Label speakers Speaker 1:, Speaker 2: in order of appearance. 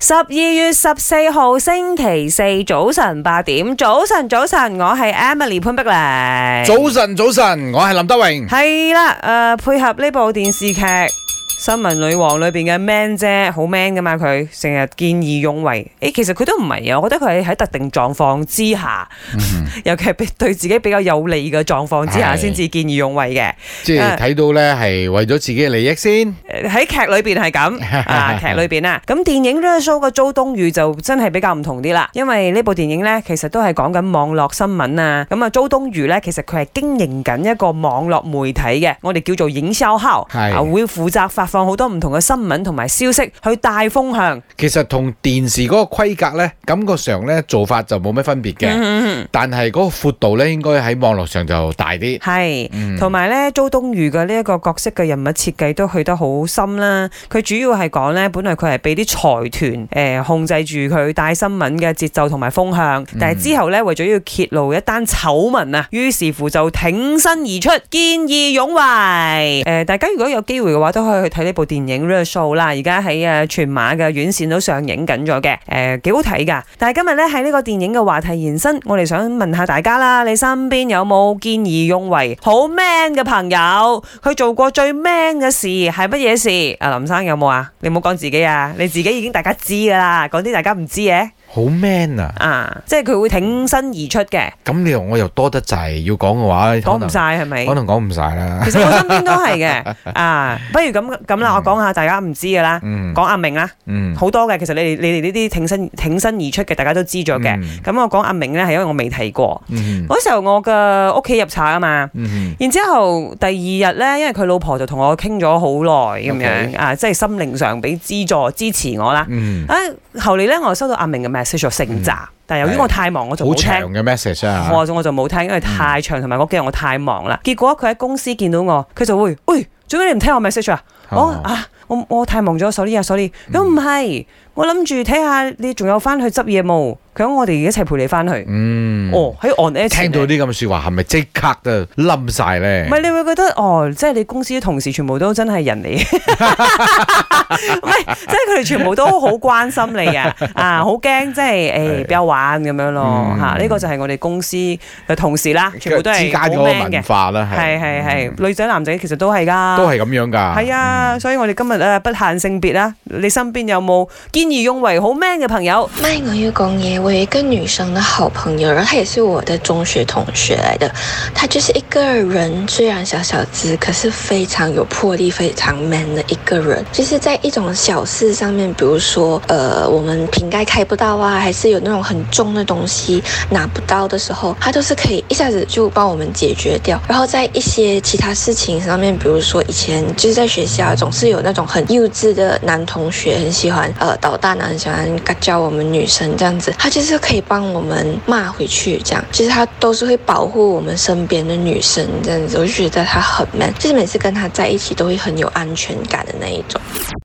Speaker 1: 十二月十四號星期四早晨八點，早晨早晨，我係 Emily 潘碧玲。
Speaker 2: 早晨，早晨，我係林德榮。
Speaker 1: 係啦，誒、配合呢部電視劇《新聞女王》裏邊嘅 Man 姐，好 man 噶嘛佢，成日見義勇為。誒、其實佢都唔係啊，我覺得佢係喺特定狀況之下， 尤其係比對自己比較有利嘅狀況之下，
Speaker 2: 係
Speaker 1: 先至見義勇為嘅。
Speaker 2: 即
Speaker 1: 啊
Speaker 2: 係睇到咧，係為咗自己嘅利益先。
Speaker 1: 喺劇裏邊係咁啊，劇裏邊啦。咁電影咧 show 個租東雨就真係比較唔同啲啦，因為呢部電影咧其實都係講緊網絡新聞啊。咁啊，租東雨咧其實佢係經營緊一個網絡媒體嘅，我哋叫做影銷號，
Speaker 2: 係
Speaker 1: 啊會負責發放好多唔同嘅新聞同埋消息去帶風向。
Speaker 2: 其實同電視嗰個規格咧，感覺上咧做法就冇咩分別嘅，
Speaker 1: 嗯，
Speaker 2: 但係嗰個闊度咧，應該喺網絡上就大啲。
Speaker 1: 係。
Speaker 2: 嗯
Speaker 1: 同埋咧，周冬雨嘅呢一個角色嘅人物設計都去得好深啦。佢主要係講咧，本來佢係俾啲財團誒、呃控制住佢帶新聞嘅節奏同埋風向，但係之後咧為咗要揭露一單醜聞啊，於是乎就挺身而出，見義勇為。誒、大家如果有機會嘅話，都可以去睇呢部電影《Real Show》啦。而家喺誒全馬嘅院線都上映緊咗嘅，誒、幾好睇㗎。但係今日咧喺呢個電影嘅話題延伸，我哋想問下大家啦，你身邊有冇見義勇為好 man 嘅朋友？佢做過最 man 嘅事係乜嘢事？啊，林生有冇啊？你唔好講自己啊，你自己已經大家知㗎啦，講啲大家唔知嘅
Speaker 2: 好 man 啊！
Speaker 1: 啊，即係佢會挺身而出嘅，
Speaker 2: 咁你又我又多得滯，要講嘅話，可
Speaker 1: 講唔
Speaker 2: 能
Speaker 1: 晒係咪
Speaker 2: 可？能講唔晒啦。
Speaker 1: 其實我身邊都係嘅啊，不如咁咁啦，我講下大家唔知㗎啦，
Speaker 2: 嗯
Speaker 1: 講阿明啦。
Speaker 2: 嗯，
Speaker 1: 好多嘅，其實你哋你哋呢啲挺身挺身而出嘅，大家都知咗嘅。
Speaker 2: 嗯
Speaker 1: 咁、我講阿明咧，係因為我未睇過。
Speaker 2: 嗯
Speaker 1: 嗰時候我嘅屋企入賊啊嘛，
Speaker 2: 嗯
Speaker 1: 然之後第二日咧，因為佢老婆就同我傾咗好耐咁樣
Speaker 2: OK
Speaker 1: 啊，即係心靈上俾資助支持我啦。
Speaker 2: 嗯，
Speaker 1: 啊，後嚟咧我收到阿明嘅 message 就成集，但係由於
Speaker 2: 係
Speaker 1: 我太忙，我就
Speaker 2: 好
Speaker 1: 冇聽。
Speaker 2: 長嘅 message 啊。嗯
Speaker 1: 我我就冇聽，因為太長同埋嗰幾日我太忙啦。結果佢喺公司見到我，佢就會喂，做咩你唔聽我 message 啊？我
Speaker 2: 哦
Speaker 1: 啊，我我太忙咗，sorry 啊，sorry。咁唔係，我諗住睇下你仲有翻去執嘢冇？佢講我哋一齊陪你翻去。
Speaker 2: 嗯，
Speaker 1: 哦，喺 on air 前
Speaker 2: 聽到啲咁嘅説話，係咪即刻就冧晒咧
Speaker 1: 唔？係你會覺得哦，即係你公司啲同事全部都真係人嚟， 唔係，即係佢哋全部都好關心你 啊，啊，好驚即係誒
Speaker 2: 係
Speaker 1: 比較玩咁樣咯
Speaker 2: 嗯
Speaker 1: 嚇，呢個就係我哋公司嘅同事啦，全部都
Speaker 2: 之
Speaker 1: 係
Speaker 2: 間
Speaker 1: 好
Speaker 2: 嗰個
Speaker 1: man 嘅
Speaker 2: 文。化啦，
Speaker 1: 係係係，女仔男仔其實都係噶，
Speaker 2: 嗯都係咁樣㗎。嗯
Speaker 1: 係啊，所以我哋今日啊不限性別啦，你身邊有冇見義勇為好 man 嘅朋友？
Speaker 3: 麦，我有公爷，我有一个女生的好朋友，然后她也是我的中学同学来的。她就是一个人，虽然小小只，可是非常有魄力、非常 man 的一个人。就是在一种小事上面，比如说，呃，我们瓶盖开不到啊，还是有那种很重的东西拿不到的时候，她都是可以一下子就帮我们解决掉。然后在一些其他事情上面，比如说以前就是在学校总是有那种很幼稚的男同学，很喜欢呃捣蛋啊，很喜欢嘎教我们女生这样子，他就是可以帮我们骂回去这样，其实他都是会保护我们身边的女生这样子，我就觉得他很 man，就是每次跟他在一起都会很有安全感的那一种。